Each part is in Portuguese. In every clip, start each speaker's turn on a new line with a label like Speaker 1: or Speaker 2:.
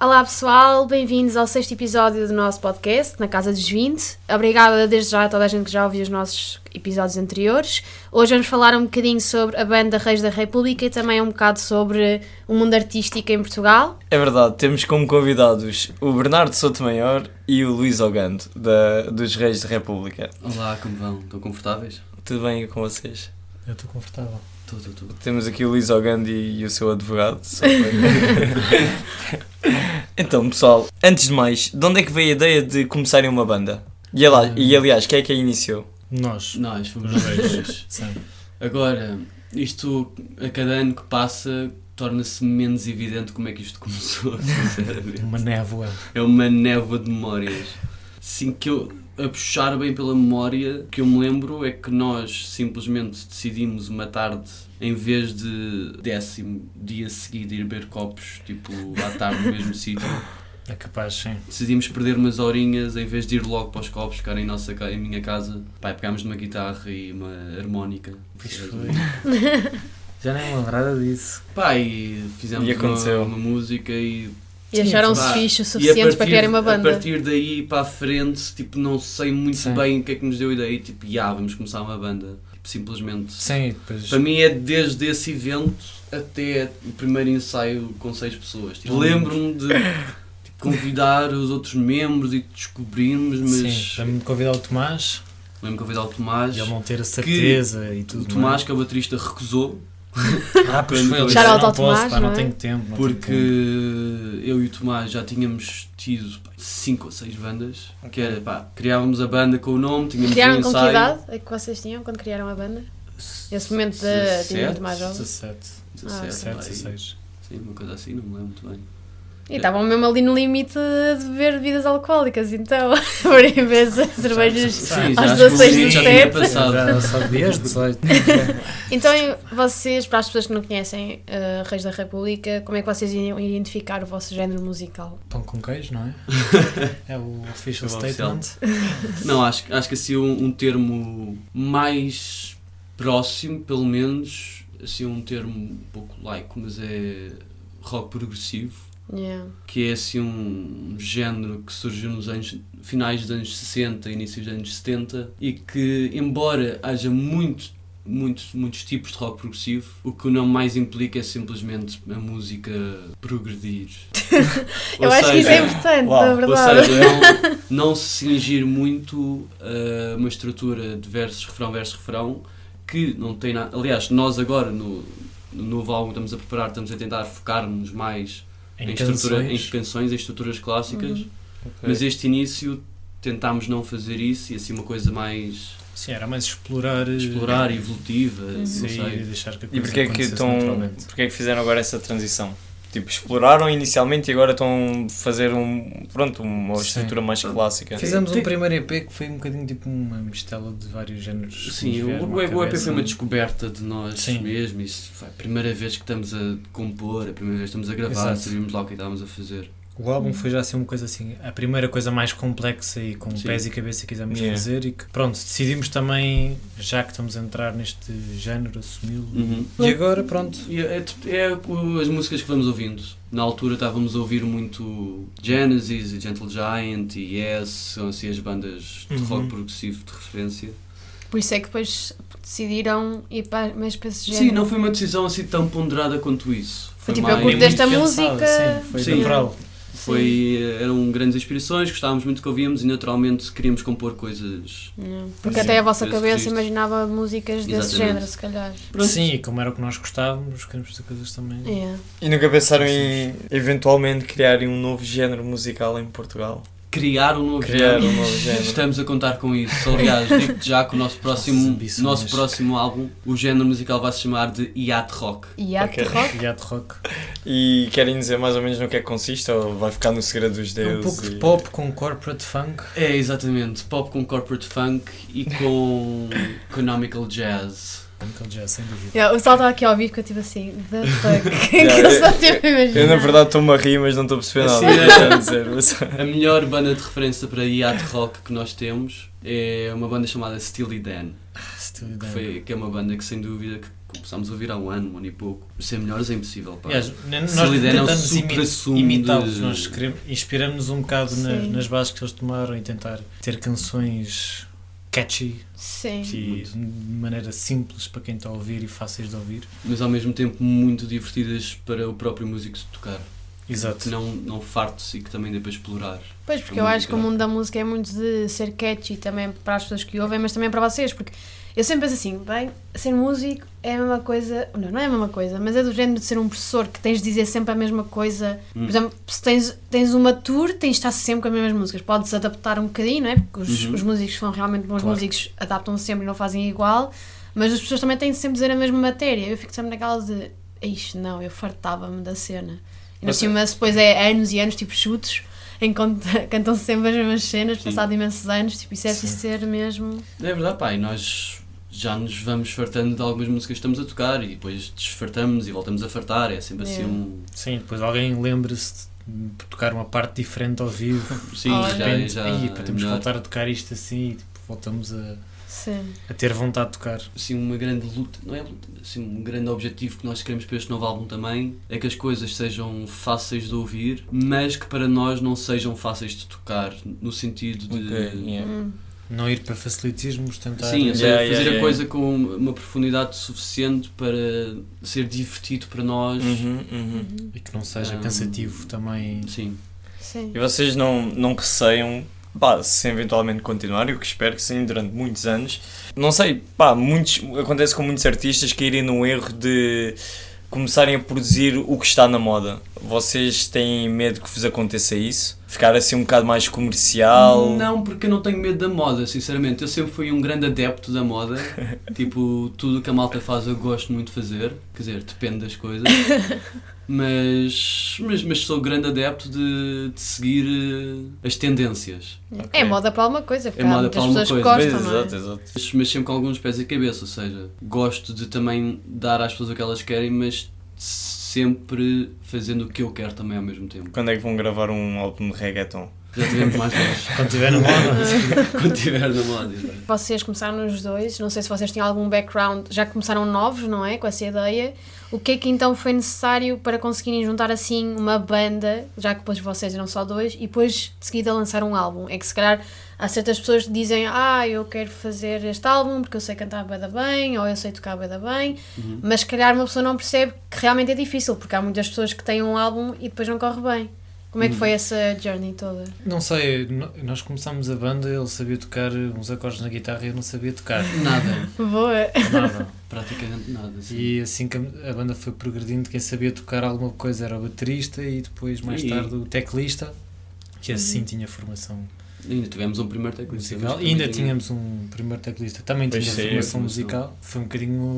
Speaker 1: Olá pessoal, bem-vindos ao sexto episódio do nosso podcast, Na Casa dos 20. Obrigada desde já a toda a gente que já ouviu os nossos episódios anteriores. Hoje vamos falar um bocadinho sobre a banda Reis da República e também um bocado sobre o mundo artístico em Portugal.
Speaker 2: É verdade, temos como convidados o Bernardo Sotomayor e o Luís Ogando, da, dos Reis da República.
Speaker 3: Olá, como vão? Estão confortáveis?
Speaker 2: Tudo bem com vocês?
Speaker 4: Eu estou confortável.
Speaker 3: Estou, estou, estou.
Speaker 2: Temos aqui o Luís Ogando e, e o seu advogado. só para- então, pessoal, antes de mais, de onde é que veio a ideia de começarem uma banda? E, ela, e aliás, quem é que a iniciou?
Speaker 4: Nós.
Speaker 3: Nós fomos
Speaker 4: Os
Speaker 3: os
Speaker 4: dois.
Speaker 3: dois.
Speaker 4: Sim.
Speaker 3: Agora, isto a cada ano que passa torna-se menos evidente como é que isto começou, sinceramente.
Speaker 4: Uma névoa.
Speaker 3: É uma névoa de memórias. Sim, que eu, a puxar bem pela memória, o que eu me lembro é que nós simplesmente decidimos uma tarde, em vez de décimo dia seguido ir beber copos, tipo à tarde no mesmo sítio,
Speaker 4: É capaz, sim.
Speaker 3: decidimos perder umas horinhas em vez de ir logo para os copos, ficar em, nossa, ca- em minha casa. Pai, pegámos numa guitarra e uma harmónica.
Speaker 4: Pois foi. Já nem me lembrava disso.
Speaker 3: Pá, e fizemos
Speaker 2: E
Speaker 3: uma,
Speaker 2: aconteceu.
Speaker 3: uma música e.
Speaker 1: E acharam-se
Speaker 3: pá,
Speaker 1: fixe o
Speaker 3: e a
Speaker 1: suficiente
Speaker 3: partir-
Speaker 1: para criarem uma
Speaker 3: A
Speaker 1: banda.
Speaker 3: partir daí para a frente, tipo, não sei muito
Speaker 4: Sim.
Speaker 3: bem o que é que nos deu ideia. Tipo, já, vamos começar uma banda. Tipo, simplesmente.
Speaker 4: Sim, e depois.
Speaker 3: Para mim é desde esse evento até o primeiro ensaio com seis pessoas. Tipo, Lembro-me de tipo, convidar os outros membros e descobrirmos, mas
Speaker 4: Sim, para me convidar o Tomás
Speaker 3: lembro-me de convidar o Tomás.
Speaker 4: e ele não ter a certeza e tudo.
Speaker 3: o Tomás, que é o baterista, recusou
Speaker 4: não é? Ah, pois foi. ele disse,
Speaker 3: Shout
Speaker 1: out
Speaker 4: não
Speaker 1: ao
Speaker 4: posso,
Speaker 1: Tomás,
Speaker 4: pá, não,
Speaker 1: não é?
Speaker 4: tenho tempo. não
Speaker 3: porque
Speaker 4: tenho tempo."
Speaker 3: eu e o Tomás já tínhamos tido pá, cinco ou seis bandas. Que era, pá, criávamos a banda com o nome, tínhamos um
Speaker 1: Criaram com que
Speaker 3: ensaio.
Speaker 1: idade é que vocês tinham quando criaram a banda? Esse momento de- de muito mais Ah, jovem.
Speaker 4: 17,
Speaker 3: 17,
Speaker 4: 17,
Speaker 3: pá, aí.
Speaker 4: 16.
Speaker 3: Sim, uma coisa assim, não me lembro muito bem. É.
Speaker 1: E estavam mesmo ali no limite de beber bebidas alcoólicas, então, por em vez de cervejas.
Speaker 4: Sim,
Speaker 3: já
Speaker 1: aos
Speaker 3: acho que o
Speaker 1: 16,
Speaker 3: limite já tinha
Speaker 1: 17.
Speaker 3: passado.
Speaker 4: Já só desde 18.
Speaker 1: Então, vocês, para as pessoas que não conhecem eh, Reis da República, como é que vocês iriam identificar o vosso género musical?
Speaker 4: Pão com queijo, não é? É o official
Speaker 3: É o oficial.
Speaker 4: statement.
Speaker 3: Não, acho, acho que assim um, um termo mais próximo, pelo menos, assim um termo um pouco laico, mas é rock progressivo,
Speaker 1: Yeah.
Speaker 3: que é assim um género que surgiu nos anos finais dos anos 60, inícios dos anos 70 e que embora haja muito muitos, muitos tipos de rock progressivo, o que não mais implica é simplesmente a música progredir. Ou
Speaker 1: Eu acho que isso é
Speaker 3: seja,
Speaker 1: importante,
Speaker 2: né? uau,
Speaker 1: na
Speaker 2: ou
Speaker 3: ou
Speaker 1: verdade.
Speaker 3: seja, não, não se cingir muito a uma estrutura de versos, refrão, verso, refrão, que não tem nada. Aliás, nós agora no, no novo álbum que estamos a preparar, estamos a tentar focar-nos mais em,
Speaker 4: Em
Speaker 3: estrutura- em
Speaker 4: canções. Uhum.
Speaker 3: canções, em estruturas clássicas, mas
Speaker 2: Mas
Speaker 3: este início tentámos não fazer isso e assim uma coisa mais
Speaker 4: Sim, era mais explorar. eh,
Speaker 3: explorar, evolutiva, não
Speaker 4: Uhum. Sim, e
Speaker 3: sei.
Speaker 4: deixar que a
Speaker 2: E
Speaker 4: coisa
Speaker 2: porquê é que,
Speaker 4: acontecesse
Speaker 2: estão,
Speaker 4: naturalmente.
Speaker 2: porquê é que fizeram agora essa transição? Tipo, exploraram inicialmente e agora estão a fazer um, pronto, uma
Speaker 4: Sim.
Speaker 2: estrutura mais clássica.
Speaker 4: Fizemos um
Speaker 3: Tem-
Speaker 4: primeiro EP que foi um bocadinho tipo uma mistela de vários géneros. que nos
Speaker 3: Sim,
Speaker 4: vieram
Speaker 3: o, o, o
Speaker 4: à
Speaker 3: EP
Speaker 4: cabeça.
Speaker 3: foi uma descoberta de nós
Speaker 4: Sim.
Speaker 3: mesmos. Isso foi a primeira vez que estamos a compor, a primeira vez que estamos a gravar,
Speaker 4: Exato.
Speaker 3: sabíamos lá o que estávamos a fazer.
Speaker 4: O álbum foi já assim uma coisa assim, a primeira coisa mais complexa e com
Speaker 3: Sim.
Speaker 4: pés e cabeça quisemos
Speaker 2: Yeah.
Speaker 4: fazer e que pronto, decidimos também, já que estamos a entrar neste género, assumi-lo.
Speaker 3: Uhum.
Speaker 4: E agora pronto.
Speaker 3: E É, é- é o- as músicas que vamos ouvindo. Na altura estávamos a ouvir muito Genesis e Gentle Giant e Yes, são assim as bandas de
Speaker 2: Uhum.
Speaker 3: rock progressivo de referência.
Speaker 1: Por isso é que depois decidiram ir para, mais para esse género.
Speaker 3: Sim, não foi uma decisão assim tão ponderada quanto isso.
Speaker 1: Foi tipo, eu
Speaker 3: mais-
Speaker 1: curto
Speaker 4: Nem
Speaker 1: desta
Speaker 4: é muito
Speaker 1: música.
Speaker 4: pensado, Sim, foi
Speaker 3: Sim.
Speaker 4: natural.
Speaker 3: Foi, eh, eram grandes inspirações, gostávamos muito do que ouvíamos e naturalmente queríamos compor coisas.
Speaker 1: Yeah. Porque
Speaker 4: Sim,
Speaker 1: até a vossa
Speaker 3: desse
Speaker 1: cabeça
Speaker 3: registro.
Speaker 1: imaginava músicas desse
Speaker 3: Exatamente.
Speaker 1: género, se calhar.
Speaker 3: Pronto.
Speaker 4: Sim, e como era o que nós gostávamos, queremos fazer coisas também.
Speaker 2: Uhum.
Speaker 1: Yeah.
Speaker 2: E nunca pensaram em eventualmente criarem um novo género musical em Portugal?
Speaker 3: Criar um novo
Speaker 2: Criar
Speaker 3: género.
Speaker 2: um novo género.
Speaker 3: Estamos a contar com isso. Aliás, digo-te já que o nosso próximo,
Speaker 4: ambições.
Speaker 3: nosso próximo álbum, o género musical vai se chamar de Yacht Rock.
Speaker 1: E há de
Speaker 2: Ok.
Speaker 1: É. rock.
Speaker 4: E há de rock.
Speaker 2: E querem dizer mais ou menos no que é que consiste ou vai ficar no segredo dos
Speaker 4: É
Speaker 2: deuses?
Speaker 4: um pouco de
Speaker 2: e-
Speaker 4: pop com corporate funk.
Speaker 3: É, exatamente. Pop com corporate funk e com economical jazz.
Speaker 4: Michael Jazz, sem dúvida.
Speaker 1: Yeah, o pessoal estava aqui a ouvir que eu estive assim, the fuck, que
Speaker 2: Yeah,
Speaker 1: eu só
Speaker 2: eu-
Speaker 1: tive a imaginar.
Speaker 2: Eu na verdade estou-me a rir, mas não estou a perceber nada.
Speaker 3: Assim,
Speaker 2: do que
Speaker 3: é.
Speaker 2: estás a dizer, mas-
Speaker 3: A melhor banda de referência para Yacht Rock que nós temos é uma banda chamada Steely Dan.
Speaker 4: Still
Speaker 3: que,
Speaker 4: down.
Speaker 3: foi, que é uma banda que sem dúvida que começámos a ouvir há um ano, um ano e pouco. Ser melhores é impossível, pá.
Speaker 4: Aliás, n- nós
Speaker 3: Solidariedade é o
Speaker 4: tentamos
Speaker 3: supra-sumo
Speaker 4: imi imitá-los,
Speaker 3: de-
Speaker 4: nós queremos- inspiramos-nos um bocado na-
Speaker 1: Sim.
Speaker 4: nas bases que eles tomaram e tentar ter canções catchy
Speaker 1: Sim.
Speaker 4: e de maneira simples para quem está a ouvir e fáceis de ouvir.
Speaker 3: Mas ao mesmo tempo muito divertidas para o próprio músico se tocar. Que
Speaker 4: Exato.
Speaker 3: não, não fartos e que também dê para explorar.
Speaker 1: Pois, porque
Speaker 3: É
Speaker 1: eu
Speaker 3: muito
Speaker 1: acho que o
Speaker 3: grande.
Speaker 1: mundo da música é muito de ser catchy também para as pessoas que ouvem, mas também para vocês, porque eu sempre penso assim, bem, ser músico é a mesma coisa, não, não é a mesma coisa, mas é do género de ser um professor, que tens de dizer sempre a mesma coisa.
Speaker 3: Hum.
Speaker 1: Por exemplo, se tens, tens uma tour, tens de estar sempre com as mesmas músicas. Podes adaptar um bocadinho, não é? Porque os,
Speaker 3: Uhum.
Speaker 1: os músicos que são realmente bons
Speaker 4: Claro.
Speaker 1: músicos, adaptam sempre e não fazem igual, mas as pessoas também têm de sempre dizer a mesma matéria. Eu fico sempre naquela de, isto não, eu fartava-me da cena. E
Speaker 2: Mas-
Speaker 1: assim, mas depois é anos e anos, tipo chutes, em que cont- cantam sempre as mesmas cenas,
Speaker 3: Sim.
Speaker 1: passado imensos anos, tipo, isso é preciso ser mesmo.
Speaker 3: É verdade, pá, e nós já nos vamos fartando de algumas músicas que estamos a tocar e depois desfartamos e voltamos a fartar. É sempre assim
Speaker 1: É.
Speaker 3: um.
Speaker 4: Sim, depois alguém lembra-se de tocar uma parte diferente ao vivo.
Speaker 3: Sim,
Speaker 1: Oh,
Speaker 4: De
Speaker 3: já,
Speaker 4: repente,
Speaker 3: já.
Speaker 4: "Ai,
Speaker 3: é
Speaker 4: pá, temos que
Speaker 3: melhor.
Speaker 4: voltar a tocar isto assim e tipo, voltamos a,
Speaker 1: Sim.
Speaker 4: a ter vontade de tocar.
Speaker 3: assim, uma grande luta, não é luta, assim, um grande objetivo que nós queremos para este novo álbum também é que as coisas sejam fáceis de ouvir, mas que para nós não sejam fáceis de tocar, no sentido de.
Speaker 2: Ok, yeah.
Speaker 1: Hum.
Speaker 4: Não ir para facilitismos, tentar.
Speaker 3: Sim, ou seja,
Speaker 2: Yeah,
Speaker 3: fazer
Speaker 2: yeah,
Speaker 3: a
Speaker 2: yeah.
Speaker 3: coisa com uma profundidade suficiente para ser divertido para nós.
Speaker 2: Uhum, uhum.
Speaker 4: E que não seja
Speaker 3: Hum.
Speaker 4: cansativo também.
Speaker 3: Sim.
Speaker 1: Sim.
Speaker 2: E vocês não, não receiam, pá, se eventualmente continuar, eu que espero que sim, durante muitos anos. Não sei, pá, muitos, acontece com muitos artistas caírem no erro de começarem a produzir o que está na moda. Vocês têm medo que vos aconteça isso? Ficar assim um bocado mais comercial?
Speaker 3: Não, porque eu não tenho medo da moda, sinceramente. Eu sempre fui um grande adepto da moda. tipo, tudo o que a malta faz eu gosto muito de fazer. Quer dizer, depende das coisas. Mas, mas, mas sou grande adepto de, de seguir eh, as tendências.
Speaker 2: Ok.
Speaker 1: É moda para alguma coisa, porque
Speaker 3: É
Speaker 1: há
Speaker 3: moda
Speaker 1: muitas
Speaker 3: para alguma
Speaker 1: pessoas que
Speaker 3: coisa.
Speaker 2: Pois,
Speaker 1: gostam, não é?
Speaker 2: exato, exato.
Speaker 3: Mas, mas sempre com alguns pés e cabeça, ou seja, gosto de também dar às pessoas o que elas querem, mas sempre fazendo o que eu quero também ao mesmo tempo.
Speaker 2: Quando é que vão gravar um álbum de reggaeton?
Speaker 3: Já tivemos mais vezes.
Speaker 4: Quando tiver na moda.
Speaker 3: Quando tiver na moda. exato.
Speaker 1: Vocês começaram os dois, não sei se vocês tinham algum background, já começaram novos, não é? Com essa ideia. O que é que então foi necessário para conseguirem juntar assim uma banda, já que depois vocês eram só dois, e depois de seguida lançar um álbum? É que se calhar há certas pessoas que dizem ah, eu quero fazer este álbum porque eu sei cantar bada bem, ou eu sei tocar bada bem, mas se calhar uma pessoa não percebe que realmente é difícil, porque há muitas pessoas que têm um álbum e depois não corre bem. Como é que foi essa journey toda?
Speaker 4: Não sei, no- nós começámos a banda, ele sabia tocar uns acordes na guitarra e eu não sabia tocar.
Speaker 3: Nada,
Speaker 1: Boa!
Speaker 4: Nada.
Speaker 3: praticamente nada. Assim.
Speaker 4: E assim que a a banda foi progredindo, quem sabia tocar alguma coisa era o baterista e depois mais
Speaker 3: E- Uhum.
Speaker 4: tarde o teclista, que assim tinha formação
Speaker 3: Ainda tivemos um primeiro técnico.
Speaker 4: musical. E ainda tínhamos um primeiro teclista, também
Speaker 2: Pois
Speaker 4: tinha
Speaker 2: sim,
Speaker 4: formação
Speaker 3: formação.
Speaker 4: musical. Foi um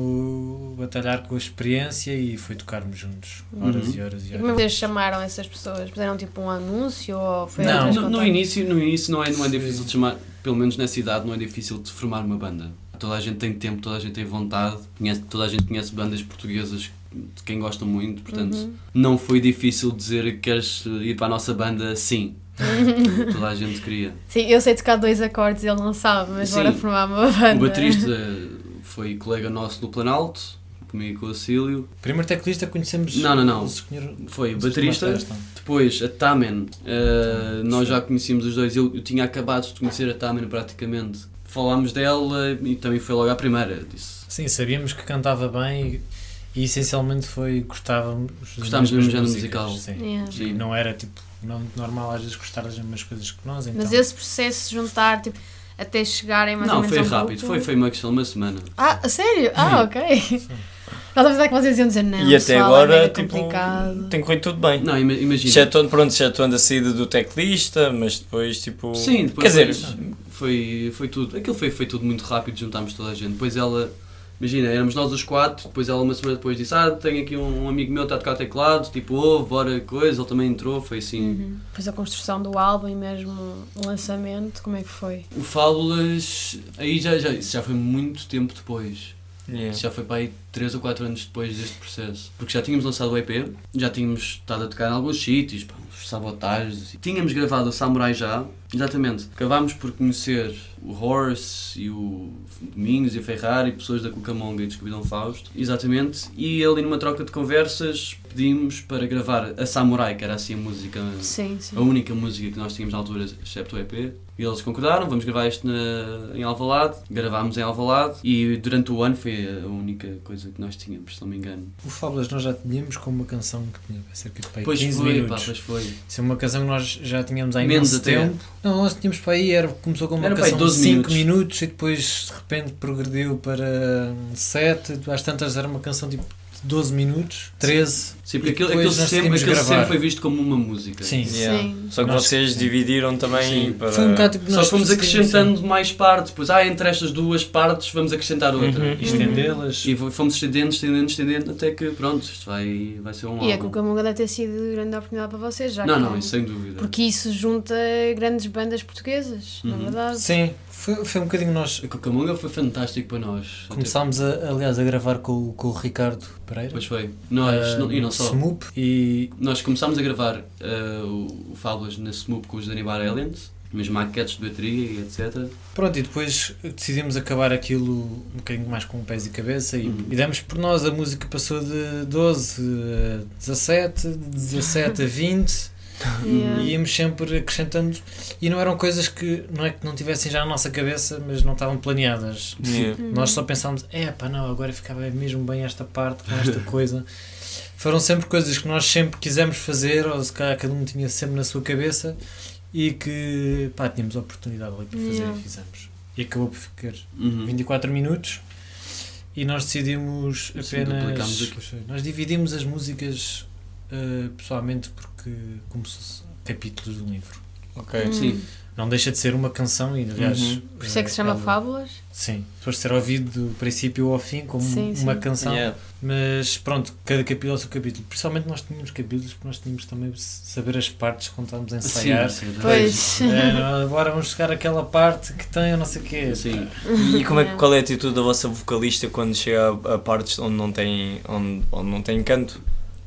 Speaker 4: bocadinho batalhar com a experiência e foi tocarmos juntos
Speaker 3: Uhum.
Speaker 4: horas e horas e
Speaker 3: então.
Speaker 1: E como é
Speaker 4: horas.
Speaker 1: que vocês chamaram essas pessoas? Fizeram tipo um anúncio ou foi
Speaker 4: Não,
Speaker 1: outras
Speaker 3: no, no
Speaker 1: contagens?
Speaker 3: início, no início não, é, não é
Speaker 4: Sim.
Speaker 3: difícil de chamar, pelo menos nessa idade, não é difícil de formar uma banda. Toda a gente tem tempo, toda a gente tem vontade, conhece- toda a gente conhece bandas portuguesas de quem gosta muito, portanto
Speaker 1: Uhum.
Speaker 3: não foi difícil dizer queres ir para a nossa banda, sim. toda a gente queria.
Speaker 1: Sim, eu sei tocar dois acordes e ele não sabe, mas
Speaker 3: Sim.
Speaker 1: bora formar uma banda.
Speaker 3: O baterista foi colega nosso do Planalto, comigo e com o Acílio.
Speaker 4: Primeiro teclista conhecemos.
Speaker 3: Não, não, não.
Speaker 4: o senhor-
Speaker 3: Foi o
Speaker 4: o senhor
Speaker 3: baterista,
Speaker 4: Masterson.
Speaker 3: Depois, a Tamen, eh, nós já conhecíamos os dois, eu, eu tinha acabado de conhecer a Tamen praticamente. Falámos dela e também foi logo a primeira, disse.
Speaker 4: Sim, sabíamos que cantava bem e, e essencialmente foi gostávamos das
Speaker 3: Gostávamos do mesmo
Speaker 4: mesmas
Speaker 3: género
Speaker 4: músicas,
Speaker 3: musical.
Speaker 4: Sim.
Speaker 1: Yeah.
Speaker 3: então.
Speaker 4: E não era tipo não normal às vezes gostar das mesmas coisas que nós. Então.
Speaker 1: Mas esse processo de juntar, tipo, até chegarem mais ou
Speaker 3: não,
Speaker 1: menos
Speaker 3: foi
Speaker 1: a um
Speaker 3: rápido,
Speaker 1: grupo-
Speaker 3: foi, foi uma questão de uma semana.
Speaker 1: Ah, a sério? Ah, ok. Nós a pensar que vocês iam dizer não,
Speaker 2: e até
Speaker 1: pessoal, é
Speaker 2: agora,
Speaker 1: mega
Speaker 2: tipo,
Speaker 1: complicado.
Speaker 2: tem corrido tudo bem.
Speaker 3: Não, ima- imagina.
Speaker 2: Excetuando, pronto, excetuando a saída do teclista, mas depois, tipo...
Speaker 3: Sim, depois é
Speaker 2: Quer dizer,
Speaker 3: foi, foi, foi tudo. Aquilo foi, foi tudo muito rápido, juntámos toda a gente. Depois ela, imagina, éramos nós os quatro, depois ela uma semana depois disse, ah, tenho aqui um, amigo meu que está a tocar teclado, tipo, ouve, bora coisa, ele também entrou, foi assim.
Speaker 1: Uhum. Depois a construção do álbum e mesmo o lançamento, como é que foi?
Speaker 3: O Fábulas, aí já, já, isso já foi muito tempo depois.
Speaker 2: Yeah.
Speaker 3: Isso já foi para aí 3 ou 4 anos depois deste processo. Porque já tínhamos lançado o EP, já tínhamos estado a tocar em alguns sítios, pá, uns sabotagens. assim. Tínhamos gravado o Samurai já, exatamente. Acabámos por conhecer o Horace e o Domingos e a Ferrari, pessoas da Cucamonga e do Escobidão Fausto, exatamente. E ali numa troca de conversas pedimos para gravar a Samurai, que era assim a música
Speaker 1: Sim, sim.
Speaker 3: a única música que nós tínhamos na altura, excepto o EP. E eles concordaram, vamos gravar isto na- em Alvalade. Gravámos em Alvalade e durante o ano foi a única coisa que nós tínhamos, se não me engano.
Speaker 4: O Fábulas nós já tínhamos com uma canção que tinha é cerca de pá, aí
Speaker 3: Pois
Speaker 4: 15
Speaker 3: foi, pá,
Speaker 4: minutos.
Speaker 3: pois foi.
Speaker 4: Isso é uma canção que nós já tínhamos há
Speaker 3: Menos
Speaker 4: imenso
Speaker 3: até.
Speaker 4: tempo. Não, nós tínhamos para aí, era, começou com uma
Speaker 3: Era para aí
Speaker 4: canção
Speaker 3: 12
Speaker 4: de 5
Speaker 3: minutos.
Speaker 4: minutos. e depois de repente progrediu para 7, às tantas era uma canção tipo de 12 minutos, 13.
Speaker 3: Sim, porque
Speaker 4: E
Speaker 3: aquilo,
Speaker 4: depois
Speaker 3: aquilo
Speaker 4: nós
Speaker 3: sempre,
Speaker 4: tínhamos
Speaker 3: aquilo
Speaker 4: gravar.
Speaker 3: sempre foi visto como uma música.
Speaker 4: Sim.
Speaker 2: Yeah.
Speaker 1: Sim.
Speaker 2: Só que
Speaker 4: Nós-
Speaker 2: vocês dividiram também
Speaker 3: Sim.
Speaker 2: para.
Speaker 4: Foi um bocado tipo
Speaker 3: Só
Speaker 4: nós
Speaker 3: fomos
Speaker 4: percebemos,
Speaker 3: acrescentando mais partes, pois ah, entre estas duas partes vamos acrescentar outra.
Speaker 2: Uhum.
Speaker 4: sim, Estendê-las.
Speaker 3: E vo- fomos estendendo, estendendo, estendendo, até que pronto, isto vai, vai ser um
Speaker 1: E a
Speaker 3: álbum.
Speaker 1: Cucamonga deve ter sido grande oportunidade para vocês, já
Speaker 3: Não,
Speaker 1: que-
Speaker 3: não, isso sem dúvida.
Speaker 1: Porque
Speaker 4: Uhum.
Speaker 1: isso junta grandes bandas portuguesas, na
Speaker 3: Uhum.
Speaker 1: verdade.
Speaker 4: Sim, foi, foi um bocadinho nós.
Speaker 3: A Cucamonga foi fantástico para nós. Até-
Speaker 4: Começámos, a, aliás, a gravar com, o- com o Ricardo Pereira.
Speaker 3: Pois foi. Nós,
Speaker 4: Ah,
Speaker 3: não- e não só.
Speaker 4: Smup, e
Speaker 3: Nós começámos a gravar ah, o, o Fábulas na Smoop com os Danibar Aliens, mas maquetes de bateria e etc.
Speaker 4: Pronto, e depois decidimos acabar aquilo um bocadinho mais com pés e cabeça e,
Speaker 3: Uhum.
Speaker 4: e demos por nós. A música passou de 12 a 17, de 17 a 20
Speaker 1: Yeah.
Speaker 4: e íamos sempre acrescentando. E não eram coisas que não é que não tivessem já na nossa cabeça, mas não estavam planeadas.
Speaker 2: Yeah.
Speaker 1: Uhum.
Speaker 4: Nós só pensámos, é pá, não, agora ficava mesmo bem esta parte com esta coisa. Foram sempre coisas que nós sempre quisemos fazer, ou se calhar cada um tinha sempre na sua cabeça e que pá, tínhamos a oportunidade ali para fazer
Speaker 1: Yeah.
Speaker 4: e fizemos. E acabou por ficar
Speaker 3: Uhum.
Speaker 4: 24 minutos e nós decidimos
Speaker 3: Sim, duplicámos
Speaker 4: apenas.
Speaker 3: aqui.
Speaker 4: Nós dividimos as músicas eh, pessoalmente porque como se fosse capítulos de um livro.
Speaker 2: Ok.
Speaker 3: Sim.
Speaker 4: Não deixa de ser uma canção e aliás.
Speaker 2: Uhum.
Speaker 1: Por isso é que se
Speaker 4: eh,
Speaker 1: chama
Speaker 4: ela-
Speaker 1: Fábulas.
Speaker 4: Sim, depois de ser ouvido do princípio ao fim, como
Speaker 1: Sim,
Speaker 4: uma
Speaker 1: sim.
Speaker 4: canção,
Speaker 2: Yeah.
Speaker 4: mas pronto, cada capítulo é o seu capítulo. Principalmente nós tínhamos capítulos porque nós tínhamos também de saber as partes quando estávamos a ensaiar.
Speaker 3: Sim, sim,
Speaker 1: Pois.
Speaker 4: É, agora vamos chegar àquela parte que tem, eu não sei o quê.
Speaker 3: Sim.
Speaker 2: E como é que,
Speaker 1: Yeah.
Speaker 2: qual é a atitude da vossa vocalista quando chega a, a partes onde não tem, onde, onde não tem canto?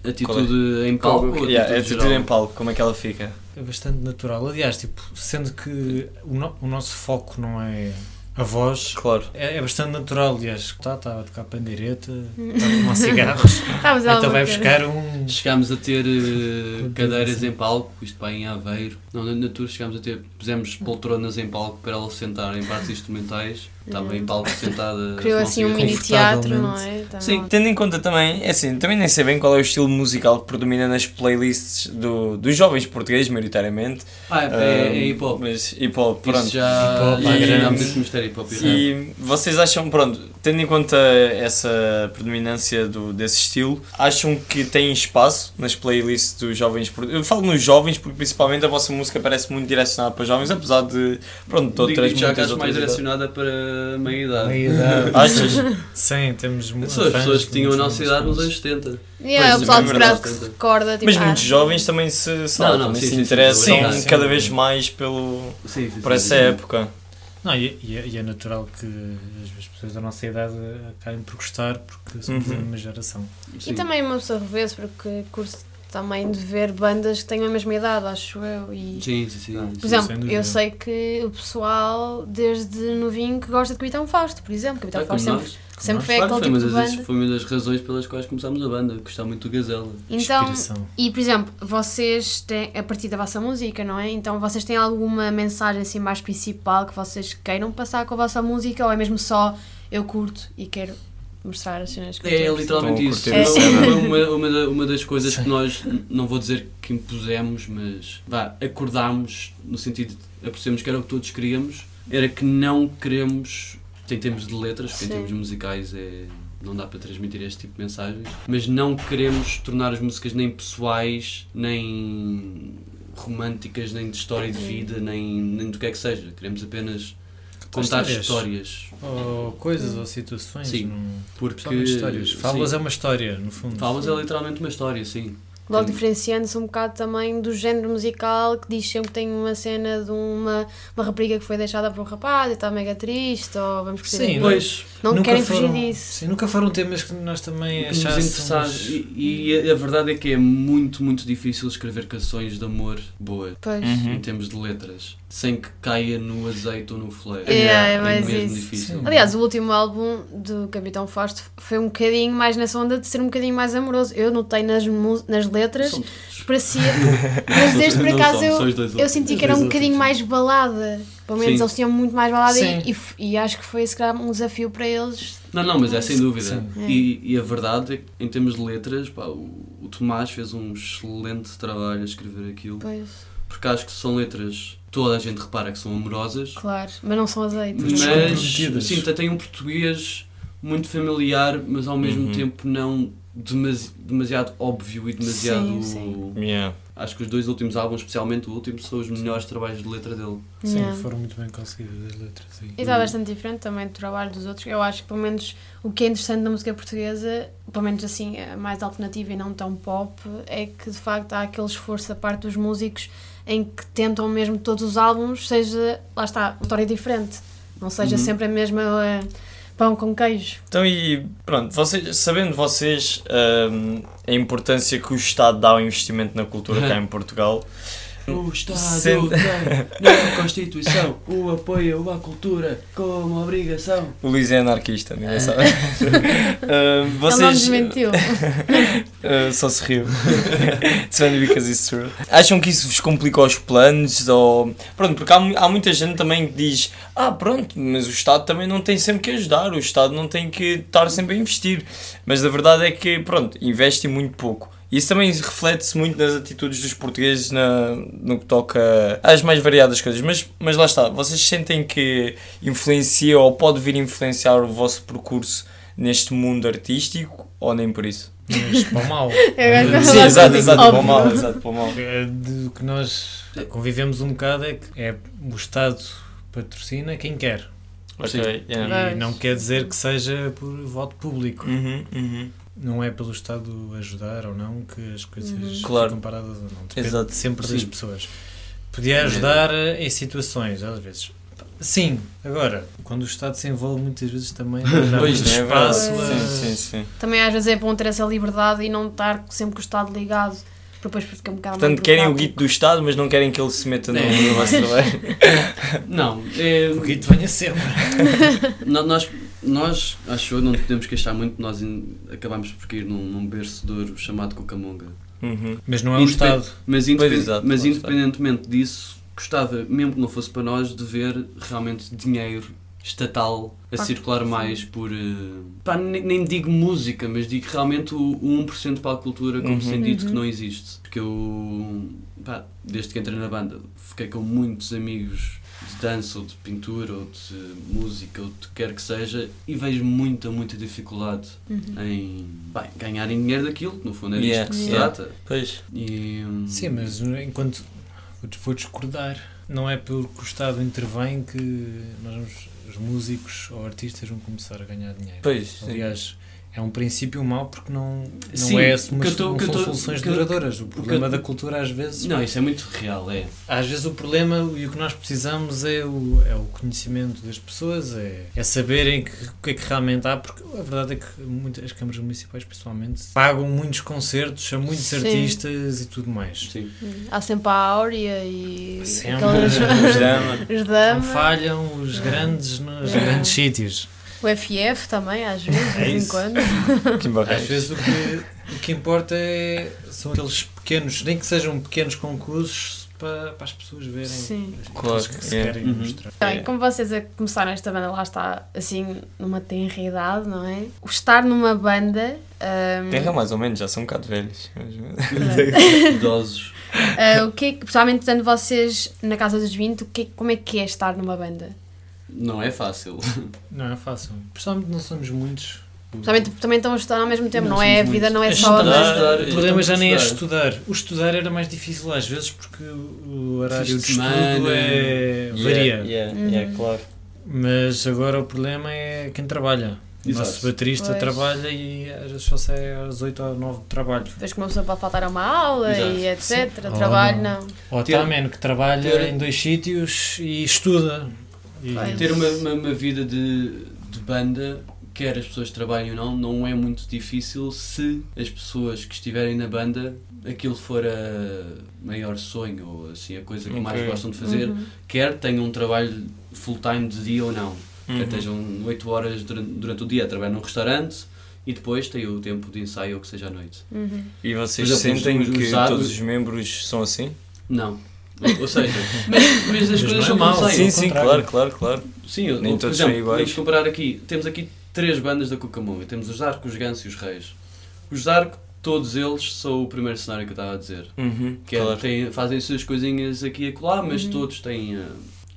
Speaker 2: é?
Speaker 3: Atitude em palco. ou
Speaker 2: Yeah, a atitude
Speaker 3: geral?
Speaker 2: em palco, como é que ela fica?
Speaker 4: É bastante natural. Aliás, tipo, sendo que o, no- o nosso foco não é a voz,
Speaker 2: Claro.
Speaker 4: é, é bastante natural. Aliás, está tá a tocar pandeireta, está a fumar cigarros,
Speaker 1: Estavas a
Speaker 4: então vai
Speaker 1: alguma coisa.
Speaker 4: buscar um.
Speaker 3: Chegámos a ter eh,
Speaker 4: Tudo
Speaker 3: cadeiras
Speaker 4: assim.
Speaker 3: em palco, isto para em Aveiro. Não, na, na tour chegámos a ter, pusemos poltronas em palco para ela sentar em partes instrumentais. Estava em palco sentada. a
Speaker 1: Uhum. Criou
Speaker 3: fumar
Speaker 1: assim um
Speaker 3: cigarro.
Speaker 1: mini teatro, não é? Tá
Speaker 2: Sim,
Speaker 1: bom.
Speaker 2: tendo em conta também, é assim, também nem sei bem qual é o estilo musical que predomina nas playlists do, dos jovens portugueses, maioritariamente.
Speaker 3: Ah, é, é, é hip hop.
Speaker 2: Mas hip hop, Um, pronto.
Speaker 3: Isso já.
Speaker 4: Hip hop,
Speaker 3: já
Speaker 4: há
Speaker 3: imaginámos
Speaker 4: grandes.
Speaker 3: esse mistério hip hop e rap.
Speaker 2: E vocês acham, pronto, tendo em conta essa predominância do, desse estilo, acham que tem espaço nas playlists dos jovens? por- Eu falo nos jovens porque principalmente a vossa música parece muito direcionada para jovens, apesar de, pronto, de outras
Speaker 3: Digo-te já que
Speaker 2: muitas
Speaker 3: acho mais
Speaker 2: outras idades.
Speaker 3: direcionada para a meia idade.
Speaker 4: Meia-idade.
Speaker 2: Achas?
Speaker 4: Sim, temos mu-
Speaker 3: São as
Speaker 4: fãs,
Speaker 3: pessoas que tinham a
Speaker 4: muitos
Speaker 3: nossa idade nos
Speaker 4: fãs.
Speaker 3: anos 70.
Speaker 1: Yeah,
Speaker 2: Pois,
Speaker 1: o pessoal
Speaker 2: é
Speaker 1: de
Speaker 2: verdade.
Speaker 1: Braga que se recorda, tipo,
Speaker 2: Mas
Speaker 1: ah,
Speaker 2: muitos jovens também se, se, lá,
Speaker 3: Não, não,
Speaker 2: também
Speaker 3: sim,
Speaker 2: se
Speaker 3: sim,
Speaker 2: interessam
Speaker 4: sim, sim.
Speaker 2: cada
Speaker 4: Sim.
Speaker 2: vez mais pelo,
Speaker 3: Sim, sim,
Speaker 2: por essa época.
Speaker 4: Não, e, e é- e é natural que as as pessoas da nossa idade acabem por gostar porque somos da
Speaker 2: Uhum.
Speaker 4: mesma geração.
Speaker 1: E também uma pessoa revê-se, porque curto também de ver bandas que têm a mesma idade, acho eu. E,
Speaker 3: Sim, sim, sim.
Speaker 1: por
Speaker 4: sim,
Speaker 1: exemplo,
Speaker 4: sem dúvida.
Speaker 1: eu sei que o pessoal, desde novinho, que gosta de Capitão Fausto, por exemplo. Capitão
Speaker 3: Ah, como
Speaker 1: Fausto sempre,
Speaker 3: nós.
Speaker 1: sempre
Speaker 4: nós.
Speaker 1: foi aquele
Speaker 3: Claro,
Speaker 1: tipo de
Speaker 3: foi, mas isso
Speaker 1: banda.
Speaker 3: foi uma das razões pelas quais começámos a banda. Gostar muito do Gazela.
Speaker 1: Então,
Speaker 4: Inspiração.
Speaker 1: e por exemplo, vocês têm, a partir da vossa música, não é? Então vocês têm alguma mensagem assim mais principal que vocês queiram passar com a vossa música ou é mesmo só eu curto e quero mostrar as cenas que eu
Speaker 3: É,
Speaker 1: tenho?
Speaker 3: literalmente
Speaker 2: Estão a
Speaker 3: isso. É,
Speaker 2: curtir
Speaker 1: a cena.
Speaker 3: Uma, uma, uma da- uma das coisas que nós, n- não vou dizer que impusemos, mas vá, acordámos, no sentido de apercebemos que era o que todos queríamos, era que não queremos, em termos de letras, porque em
Speaker 1: Sim.
Speaker 3: termos musicais é, não dá para transmitir este tipo de mensagens, mas não queremos tornar as músicas nem pessoais, nem românticas, nem de história de vida, nem, nem do que é que seja. Queremos apenas contar
Speaker 4: histórias.
Speaker 3: histórias.
Speaker 4: Ou coisas ou situações.
Speaker 3: Sim.
Speaker 4: não-
Speaker 3: Porque
Speaker 4: Principalmente histórias.
Speaker 3: sim.
Speaker 4: Falas é uma história, no fundo.
Speaker 3: Fábulas é literalmente uma história, sim.
Speaker 1: Logo
Speaker 3: Tem-
Speaker 1: diferenciando-se um bocado também do género musical que diz sempre que tem uma cena de uma, uma rapariga que foi deixada por um rapaz e está mega triste ou vamos curtir.
Speaker 4: Sim,
Speaker 1: a-
Speaker 3: Pois,
Speaker 1: Não
Speaker 4: Nunca
Speaker 1: querem
Speaker 4: foram-
Speaker 1: fugir disso.
Speaker 4: Sim, nunca foram temas que nós também
Speaker 3: que nos interessados.
Speaker 4: achássemos.
Speaker 3: E, e a verdade é que é muito, muito difícil escrever canções de amor boas,
Speaker 1: Pois.
Speaker 2: Uhum.
Speaker 3: em termos de letras, sem que caia no azeite ou no flare.
Speaker 1: É, é mais
Speaker 3: mesmo
Speaker 1: isso.
Speaker 3: difícil.
Speaker 4: Sim.
Speaker 1: Aliás, o último álbum do Capitão Fausto foi um bocadinho mais nessa onda de ser um bocadinho mais amoroso. Eu notei nas, mu- nas letras,
Speaker 3: São todos.
Speaker 1: parecia. Mas este por
Speaker 3: Não
Speaker 1: acaso
Speaker 3: são,
Speaker 1: eu,
Speaker 3: são os dois
Speaker 1: eu
Speaker 3: outros.
Speaker 1: senti que era um
Speaker 4: Dois
Speaker 1: bocadinho
Speaker 4: outros.
Speaker 1: mais balada. Pelo menos
Speaker 3: Sim.
Speaker 1: eles tinham muito mais balada
Speaker 4: Sim.
Speaker 1: e, e f- e acho que foi se calhar um desafio para eles.
Speaker 3: Não, não, mas é sem dúvida.
Speaker 4: Sim.
Speaker 3: E, e a verdade é que, em termos de letras, pá, o, o Tomás fez um excelente trabalho a escrever aquilo,
Speaker 1: Pois,
Speaker 3: porque acho que são letras toda a gente repara que são amorosas,
Speaker 1: claro. Mas não são azeite.
Speaker 4: Mas comprometidas.
Speaker 3: mas sim, tem um português muito familiar, mas ao mesmo
Speaker 2: Uhum.
Speaker 3: tempo não demasi- demasiado óbvio e demasiado.
Speaker 1: Sim, sim.
Speaker 2: Yeah.
Speaker 3: Acho que os dois últimos álbuns, especialmente o último, são os melhores trabalhos de letra dele.
Speaker 4: Sim,
Speaker 1: Yeah.
Speaker 4: foram muito bem conseguidas as letras. Sim.
Speaker 1: E está bastante diferente também do trabalho dos outros. Eu acho que, pelo menos, o que é interessante na música portuguesa, pelo menos assim, a mais alternativa e não tão pop, é que de facto há aquele esforço da parte dos músicos em que tentam mesmo que todos os álbuns, seja, lá está, uma história diferente. Não seja
Speaker 3: Uhum.
Speaker 1: sempre a mesma eh, pão com queijo.
Speaker 2: Então, e pronto, vocês, sabendo vocês ahm, a importância que o Estado dá ao investimento na cultura cá em Portugal,
Speaker 3: O Estado
Speaker 2: Sendo-
Speaker 3: tem na Constituição o apoio à cultura como obrigação.
Speaker 2: o Luís é anarquista, ninguém sabe. Ahm,
Speaker 1: Ele não
Speaker 2: vocês,
Speaker 1: desmentiu.
Speaker 2: Uh, só se riu. It's only because it's true. Acham que isso vos complica os planos? Ou... Pronto, porque há, mu- há muita gente também que diz: Ah, pronto, mas o Estado também não tem sempre que ajudar, o Estado não tem que estar sempre a investir. Mas a verdade é que, pronto, investe muito pouco. Isso também reflete-se muito nas atitudes dos portugueses na- no que toca às mais variadas coisas. Mas, mas lá está, vocês sentem que influencia ou pode vir influenciar o vosso percurso neste mundo artístico ou nem por isso?
Speaker 4: Mas para o mal.
Speaker 1: Eu gosto de
Speaker 2: Sim,
Speaker 1: falar
Speaker 2: exato,
Speaker 1: sobre
Speaker 2: exato,
Speaker 1: isso.
Speaker 2: para o mal,
Speaker 1: Óbvio.
Speaker 2: exato, para o mal.
Speaker 4: É, Do que nós convivemos um bocado é que é o Estado patrocina quem quer.
Speaker 2: Ok, yeah.
Speaker 1: Mas-
Speaker 4: E não quer dizer que seja por voto público.
Speaker 2: Uhum, uhum.
Speaker 4: Não é pelo Estado ajudar ou não que as coisas
Speaker 1: Uhum.
Speaker 2: Claro.
Speaker 4: ficam paradas ou não. Depende
Speaker 2: Exato.
Speaker 4: sempre das
Speaker 3: Sim.
Speaker 4: pessoas. Podia ajudar eh, em situações, às vezes. Sim, agora, quando o Estado se envolve, muitas vezes também dá
Speaker 2: Pois,
Speaker 4: muito
Speaker 2: não é verdade?
Speaker 4: espaço a-
Speaker 2: Sim, sim, sim.
Speaker 1: Também às vezes é bom ter essa liberdade e não estar sempre com o Estado ligado, porque depois fica um bocado mais
Speaker 2: Portanto, querem o
Speaker 1: burocrático.
Speaker 2: guito do Estado, mas não querem que ele se meta no,
Speaker 3: É.
Speaker 2: no vosso trabalho.
Speaker 3: Não, é,
Speaker 4: O Guito venha sempre.
Speaker 3: No- Nós, nós, acho eu, não podemos queixar muito, nós in- acabámos por cair num, num berço de ouro chamado Cucamonga.
Speaker 2: Uhum.
Speaker 4: Mas não é o
Speaker 3: Independ-
Speaker 4: Estado.
Speaker 3: Mas, independ-
Speaker 2: Pois, exato,
Speaker 3: mas
Speaker 2: lá está.
Speaker 3: independentemente disso, gostava, mesmo que não fosse para nós, de ver realmente dinheiro estatal a
Speaker 1: Pá,
Speaker 3: circular
Speaker 1: sim.
Speaker 3: mais por. eh, pá, nem, nem digo música, mas digo realmente o, o 1% para a cultura, como
Speaker 2: Uhum.
Speaker 3: sendo dito que
Speaker 1: Uhum.
Speaker 3: não existe. Porque eu, pá, desde que entrei na banda, fiquei com muitos amigos de dança ou de pintura ou de música ou de quer que seja e vejo muita, muita dificuldade
Speaker 1: Uhum.
Speaker 3: em bem, ganharem dinheiro daquilo, que no fundo é disto
Speaker 2: Yeah,
Speaker 3: que se
Speaker 2: yeah.
Speaker 3: trata.
Speaker 2: Pois.
Speaker 3: E,
Speaker 2: é-
Speaker 3: hum,
Speaker 4: Sim, mas enquanto vou- vou discordar, não é porque o Estado intervém que nós vamos, os músicos ou artistas vão começar a ganhar dinheiro.
Speaker 2: Pois, sim.
Speaker 4: Aliás, é um princípio mau porque não, não,
Speaker 3: Sim,
Speaker 4: é,
Speaker 3: o
Speaker 4: uma,
Speaker 3: que eu tô-
Speaker 4: não
Speaker 3: o que eu
Speaker 4: são
Speaker 3: tô-
Speaker 4: soluções
Speaker 3: o que eu-
Speaker 4: duradouras. O
Speaker 3: que
Speaker 4: problema
Speaker 3: eu-
Speaker 4: da cultura às vezes
Speaker 3: Não, isso é muito real, é.
Speaker 4: às vezes o problema e o que nós precisamos é o, é o conhecimento das pessoas, é, é saberem que- o que é que realmente há, porque a verdade é que muitas, as câmaras municipais, principalmente, pagam muitos concertos a muitos
Speaker 1: Sim.
Speaker 4: artistas e tudo mais.
Speaker 3: Sim.
Speaker 1: Há sempre a Áurea e
Speaker 4: Sempre.
Speaker 1: aquelas-
Speaker 2: Os dama.
Speaker 1: os
Speaker 4: Não
Speaker 1: Dama,
Speaker 4: falham os grandes nos
Speaker 1: É.
Speaker 4: grandes sítios.
Speaker 1: o FF também, às vezes, de
Speaker 2: É
Speaker 1: vez em
Speaker 2: isso.
Speaker 1: quando.
Speaker 2: Kim
Speaker 4: Às
Speaker 2: Barreiros.
Speaker 4: vezes o que, o que importa é, são aqueles pequenos, nem que sejam pequenos concursos para, para as pessoas verem
Speaker 1: Sim.
Speaker 4: aqueles
Speaker 2: Claro,
Speaker 4: que se
Speaker 2: é.
Speaker 4: querem
Speaker 3: Uhum.
Speaker 4: mostrar.
Speaker 1: Então, e como vocês a começaram esta banda, lá está, assim, numa tenra idade, não é? O estar numa banda. ahm,
Speaker 2: Terra mais ou menos, já são um bocado velhos. Mas-
Speaker 3: Idosos.
Speaker 1: ah, o que é que, principalmente, portanto, vocês na casa dos 20, o que é- como é que é estar numa banda?
Speaker 3: Não é fácil.
Speaker 4: Não é fácil. Principalmente não somos muitos.
Speaker 1: Principalmente, também estão a estudar ao mesmo tempo,
Speaker 3: Não
Speaker 1: não, é? A
Speaker 3: somos
Speaker 1: vida
Speaker 3: muitos.
Speaker 1: não é só
Speaker 2: É
Speaker 1: a
Speaker 2: estudar,
Speaker 1: banda.
Speaker 2: Estudar,
Speaker 4: O problema já nem é
Speaker 3: estudar.
Speaker 4: estudar. O estudar era mais difícil às vezes porque o horário de
Speaker 3: Fins de
Speaker 4: estudo
Speaker 3: semana.
Speaker 4: é... varia.
Speaker 2: Yeah, yeah,
Speaker 1: Uhum.
Speaker 2: yeah, claro.
Speaker 4: Mas agora o problema é quem trabalha. O nosso
Speaker 3: Exato.
Speaker 4: baterista
Speaker 1: Pois.
Speaker 4: trabalha e às vezes só sai às 8 ou 9 de trabalho.
Speaker 1: Depois que uma pessoa pode faltar a uma aula e etc.
Speaker 4: Sim.
Speaker 1: Trabalho,
Speaker 4: Oh,
Speaker 1: não.
Speaker 4: Ou
Speaker 3: Ter-
Speaker 4: está man que trabalha
Speaker 3: ter-
Speaker 4: em dois sítios e estuda. E,
Speaker 1: Pois.
Speaker 3: Ter uma, uma, uma vida de, de banda, quer as pessoas trabalhem ou não, não é muito difícil se as pessoas que estiverem na banda aquilo for a maior sonho ou assim a coisa que mais
Speaker 2: Ok.
Speaker 3: gostam de fazer,
Speaker 1: Uhum.
Speaker 3: quer tenham um trabalho full-time de dia ou não.
Speaker 2: Uhum.
Speaker 3: Quer estejam 8 horas durante, durante o dia a trabalhar num restaurante e depois tenham o tempo de ensaio ou que seja à noite.
Speaker 1: Uhum.
Speaker 2: E vocês
Speaker 3: Por exemplo,
Speaker 2: sentem
Speaker 3: os- os
Speaker 2: que
Speaker 3: usados-
Speaker 2: todos os membros são assim?
Speaker 3: Não. Ou- Ou seja, mas, mas as
Speaker 4: Mas não
Speaker 3: coisas
Speaker 4: é
Speaker 3: são como
Speaker 4: mau,
Speaker 3: são.
Speaker 2: sim, sim,
Speaker 4: contrário.
Speaker 2: claro, claro, claro.
Speaker 3: Sim, eu,
Speaker 2: Nem
Speaker 3: por
Speaker 2: todos
Speaker 3: exemplo,
Speaker 2: são iguais.
Speaker 3: podemos comparar aqui. Temos aqui três bandas da Cucamonga. Temos os Zarco, os Ganso e os Reis. Os Zarco, todos eles são o primeiro cenário que eu estava a dizer.
Speaker 2: Uhum,
Speaker 3: Que é,
Speaker 2: claro.
Speaker 3: têm- fazem as suas coisinhas aqui e acolá, mas
Speaker 4: Uhum.
Speaker 3: todos têm a,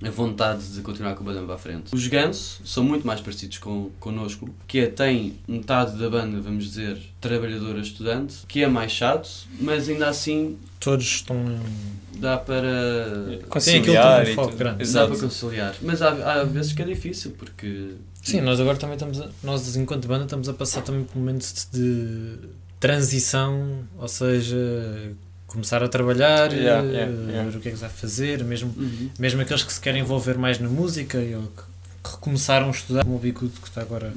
Speaker 3: a vontade de continuar com a banda para a frente. Os Ganso são muito mais parecidos com, connosco, que é, têm metade da banda, vamos dizer, trabalhadora estudante, que é mais chato, mas ainda assim
Speaker 4: Todos estão.
Speaker 3: dá para...
Speaker 4: Tem aquele
Speaker 2: Conciliar
Speaker 4: tom de
Speaker 2: e
Speaker 4: foco
Speaker 2: tudo.
Speaker 4: grande.
Speaker 3: Dá
Speaker 2: Exato.
Speaker 3: para conciliar. Mas há, há vezes que é difícil, porque
Speaker 4: Sim, nós agora também estamos. A, nós, enquanto banda, estamos a passar também por momentos de transição, ou seja, começar a trabalhar,
Speaker 2: Yeah, yeah,
Speaker 4: eh,
Speaker 2: yeah.
Speaker 4: ver o que é que se vai fazer, mesmo, mesmo aqueles que se querem envolver mais na música e- ou que recomeçaram a estudar, como o Bicudo que está agora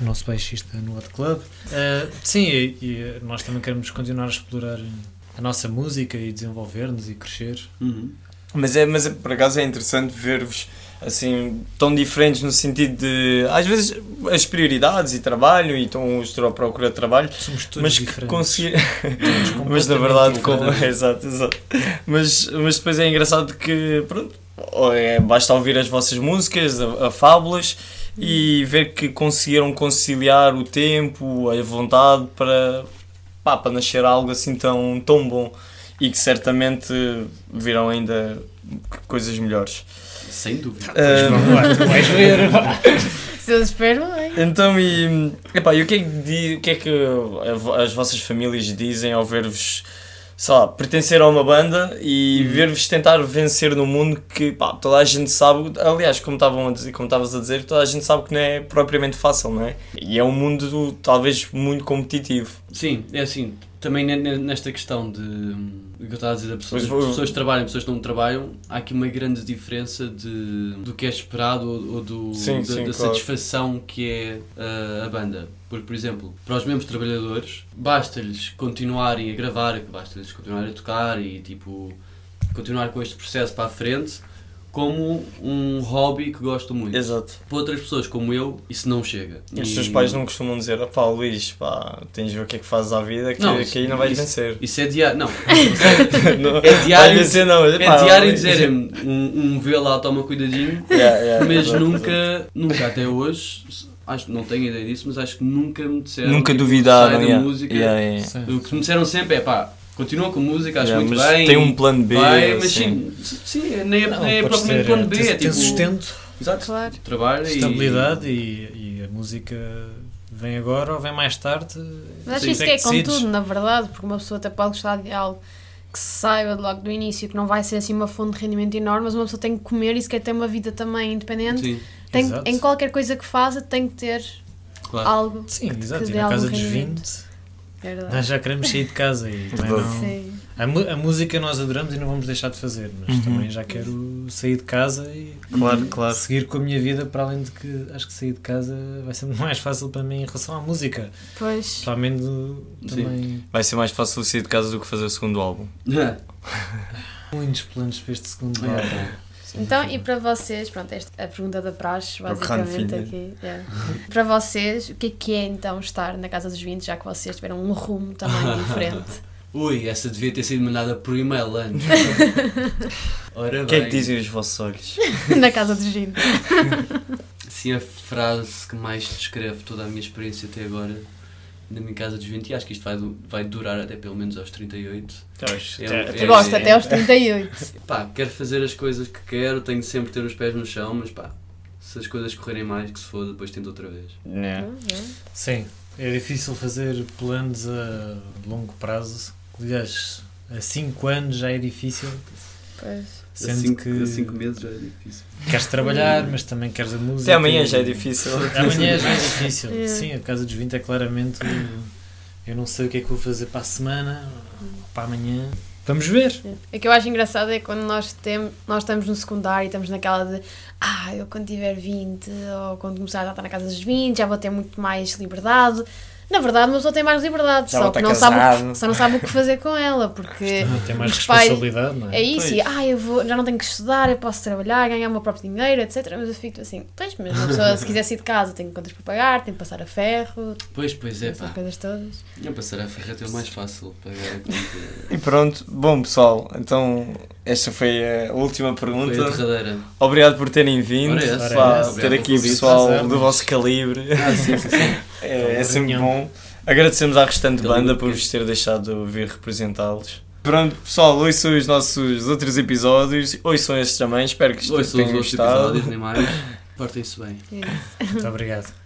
Speaker 4: o nosso baixista no Hot Club. Uh, sim, e, e nós também queremos continuar a explorar a nossa música e desenvolver-nos e crescer.
Speaker 2: Mas é, mas é- por acaso é interessante ver-vos assim tão diferentes no sentido de às vezes as prioridades e trabalho e estão os à procura de trabalho,
Speaker 4: Somos todos
Speaker 2: mas que
Speaker 4: diferentes.
Speaker 2: consegui...
Speaker 4: Todos
Speaker 2: mas na
Speaker 4: completamente
Speaker 2: verdade como
Speaker 4: diferentes.
Speaker 2: exato, exato. Mas, mas depois é engraçado que pronto, ou é, basta ouvir as vossas músicas, a, a fábulas e ver que conseguiram conciliar o tempo, a vontade para pá, para nascer algo assim tão, tão bom e que certamente virão ainda coisas melhores.
Speaker 3: Sem dúvida.
Speaker 2: Ah,
Speaker 4: Vamos lá, tu vais ver. vá.
Speaker 1: Se eles esperam, bem.
Speaker 2: Então, e, epá, e o que é que, di- o que, é que a vo- as vossas famílias dizem ao ver-vos, sei lá, pertencer a uma banda e
Speaker 3: Uhum.
Speaker 2: ver-vos tentar vencer no mundo que pá, toda a gente sabe, aliás, como estavam a dizer, como estavas a dizer, toda a gente sabe que não é propriamente fácil, não é? E é um mundo talvez muito competitivo.
Speaker 3: Sim, é assim. Também ne- ne- nesta questão de hum, o que eu estava a dizer, das pessoas,
Speaker 2: Pois
Speaker 3: as
Speaker 2: vou-
Speaker 3: pessoas que trabalham, pessoas que não trabalham, há aqui uma grande diferença de, do que é esperado ou, ou do,
Speaker 2: Sim,
Speaker 3: da,
Speaker 2: sim,
Speaker 3: da
Speaker 2: claro.
Speaker 3: satisfação que é ah, a banda. Porque, por exemplo, para os mesmos trabalhadores, basta-lhes continuarem a gravar, basta-lhes continuar a tocar e tipo continuar com este processo para a frente, como um hobby que gostam muito.
Speaker 2: Exato.
Speaker 3: Para outras pessoas como eu, isso não chega.
Speaker 2: É- E os
Speaker 3: E-
Speaker 2: teus pais não costumam dizer, pá, Luís, pá, tens de ver o que é que fazes à vida, que,
Speaker 3: Não,
Speaker 2: que aí não vais
Speaker 3: isso-
Speaker 2: vencer.
Speaker 3: Isso é diário. Não,
Speaker 2: Não-
Speaker 3: é
Speaker 2: vais
Speaker 3: diário-
Speaker 2: vencer, não.
Speaker 3: é
Speaker 2: pá,
Speaker 3: diário
Speaker 2: Luís.
Speaker 3: dizerem-me um, um vê lá, toma cuidadinho,
Speaker 2: Yeah, yeah,
Speaker 3: mas
Speaker 2: exato, exato.
Speaker 3: nunca, nunca até hoje, acho não tenho ideia disso, mas acho que nunca me disseram.
Speaker 2: Nunca
Speaker 3: tipo,
Speaker 2: duvidaram.
Speaker 3: sai da
Speaker 2: yeah.
Speaker 3: música.
Speaker 2: Yeah, yeah, yeah.
Speaker 4: Sim.
Speaker 3: O que me disseram sempre é pá, continua com música, acho
Speaker 2: Yeah,
Speaker 3: muito
Speaker 2: mas
Speaker 3: bem.
Speaker 2: tem um plano B.
Speaker 3: Vai, mas
Speaker 2: assim.
Speaker 3: sim, sim, nem é,
Speaker 4: Não,
Speaker 3: nem é
Speaker 4: pode
Speaker 3: propriamente
Speaker 4: ser,
Speaker 3: plano B,
Speaker 4: tem-
Speaker 3: é
Speaker 4: tem
Speaker 3: tipo.
Speaker 4: sustento,
Speaker 3: Exato,
Speaker 1: Claro.
Speaker 3: trabalho e.
Speaker 4: estabilidade e, e a música vem agora ou vem mais tarde.
Speaker 1: Mas acho
Speaker 4: Sim.
Speaker 1: isso que é com
Speaker 4: decides.
Speaker 1: tudo, na verdade, porque uma pessoa até pode gostar de algo que se saiba logo do início, que não vai ser assim uma fonte de rendimento enorme, mas uma pessoa tem que comer e se quer ter uma vida também independente,
Speaker 3: Sim,
Speaker 1: tem,
Speaker 4: Exato.
Speaker 1: em qualquer coisa que faça tem que ter
Speaker 3: claro.
Speaker 1: algo.
Speaker 4: Sim, exato.
Speaker 1: dê
Speaker 4: E na
Speaker 1: algum
Speaker 4: casa dos
Speaker 1: rendimento.
Speaker 4: 20,
Speaker 1: É verdade.
Speaker 4: nós já queremos sair de casa e também
Speaker 2: Verdade.
Speaker 4: não-
Speaker 1: Sim.
Speaker 4: A, mu- a música nós adoramos e não vamos deixar de fazer, mas
Speaker 2: Uhum.
Speaker 4: também já quero sair de casa e
Speaker 2: Claro, claro.
Speaker 4: seguir com a minha vida, para além de que acho que sair de casa vai ser muito mais fácil para mim em relação à música.
Speaker 1: Pois.
Speaker 4: Principalmente do-
Speaker 3: Sim.
Speaker 4: também
Speaker 2: Vai ser mais fácil sair de casa do que fazer o segundo álbum.
Speaker 4: muitos planos para este
Speaker 3: É.
Speaker 4: segundo álbum.
Speaker 1: Então, e para vocês, pronto, esta é a pergunta da praxe,
Speaker 2: Para o
Speaker 1: basicamente
Speaker 2: Ranfinha.
Speaker 1: aqui. yeah. Para vocês, o que é que é então estar na casa dos 20, já que vocês tiveram um rumo também diferente?
Speaker 3: Ui, essa devia ter sido mandada por e-mail antes. Ora bem.
Speaker 2: O que é que dizem os vossos olhos?
Speaker 1: na casa dos 20.
Speaker 3: Sim, Assim, a frase que mais descreve toda a minha experiência até agora na minha casa dos 20, e acho que isto vai, du- vai durar até pelo menos aos 38.
Speaker 1: Eu gosto
Speaker 3: É.
Speaker 1: até aos 38.
Speaker 3: Pá, quero fazer as coisas que quero, tenho de sempre ter os pés no chão, mas pá, se as coisas correrem mais, que se foda, depois tento outra vez. É.
Speaker 2: Né?
Speaker 4: Sim, é difícil fazer planos a longo prazo. Aliás, há 5 anos já é difícil.
Speaker 1: Pois.
Speaker 4: Sendo
Speaker 3: cinco,
Speaker 4: que
Speaker 3: a cinco meses já é difícil.
Speaker 4: queres trabalhar, mas também queres a música.
Speaker 2: Até amanhã já é difícil.
Speaker 4: Amanhã já é difícil.
Speaker 1: É.
Speaker 4: Sim, a casa dos 20 é claramente. o- Eu não sei o que é que vou fazer para a semana, ou para amanhã. Vamos ver.
Speaker 1: O que eu acho engraçado é quando nós, tem, nós estamos no secundário e estamos naquela de ah, eu quando tiver 20 ou quando começar a estar na casa dos 20 já vou ter muito mais liberdade. Na verdade, uma pessoa tem mais liberdade,
Speaker 2: Já
Speaker 1: só
Speaker 2: vou
Speaker 1: que
Speaker 2: estar
Speaker 1: não sabe, o
Speaker 2: casado.
Speaker 1: que, só não sabe o que fazer com ela, porque
Speaker 4: Tem mais
Speaker 1: Os pais-
Speaker 4: responsabilidade, não é?
Speaker 1: é isso, e,
Speaker 2: Pois.
Speaker 1: ah, eu vou, já não tenho que estudar, eu posso trabalhar, ganhar o meu próprio dinheiro, etc. Mas eu fico assim, pois, mas a pessoa se quiser sair de casa tem contas para pagar, tem que passar a ferro,
Speaker 3: Pois, pois é,
Speaker 1: essas
Speaker 3: pá.
Speaker 1: coisas todas.
Speaker 3: Não passar a ferreta é o mais fácil pagar a conta.
Speaker 2: E pronto, bom pessoal, então esta foi a última
Speaker 3: Foi a
Speaker 2: pergunta.
Speaker 3: derradeira.
Speaker 2: Obrigado por terem vindo,
Speaker 3: Ora essa.
Speaker 2: pá,
Speaker 4: Ora essa.
Speaker 2: ter
Speaker 3: Obrigado
Speaker 2: aqui
Speaker 3: pelo convite.
Speaker 2: pessoal
Speaker 4: Prazer.
Speaker 2: do vosso calibre.
Speaker 3: Ah, sim, sim, sim.
Speaker 2: É, é
Speaker 4: Então,
Speaker 2: sempre
Speaker 4: reunião.
Speaker 2: bom. Agradecemos à restante
Speaker 3: Calibre
Speaker 2: banda por
Speaker 3: pequeno.
Speaker 2: vos ter deixado vir representá-los. Pronto, pessoal, ouçam os nossos outros episódios, ouçam estes também, espero é que
Speaker 3: Ouçam os
Speaker 2: tenham
Speaker 3: outros
Speaker 2: gostado.
Speaker 3: episódios, nem mais. Portem-se bem.
Speaker 1: É isso.
Speaker 4: Muito obrigado.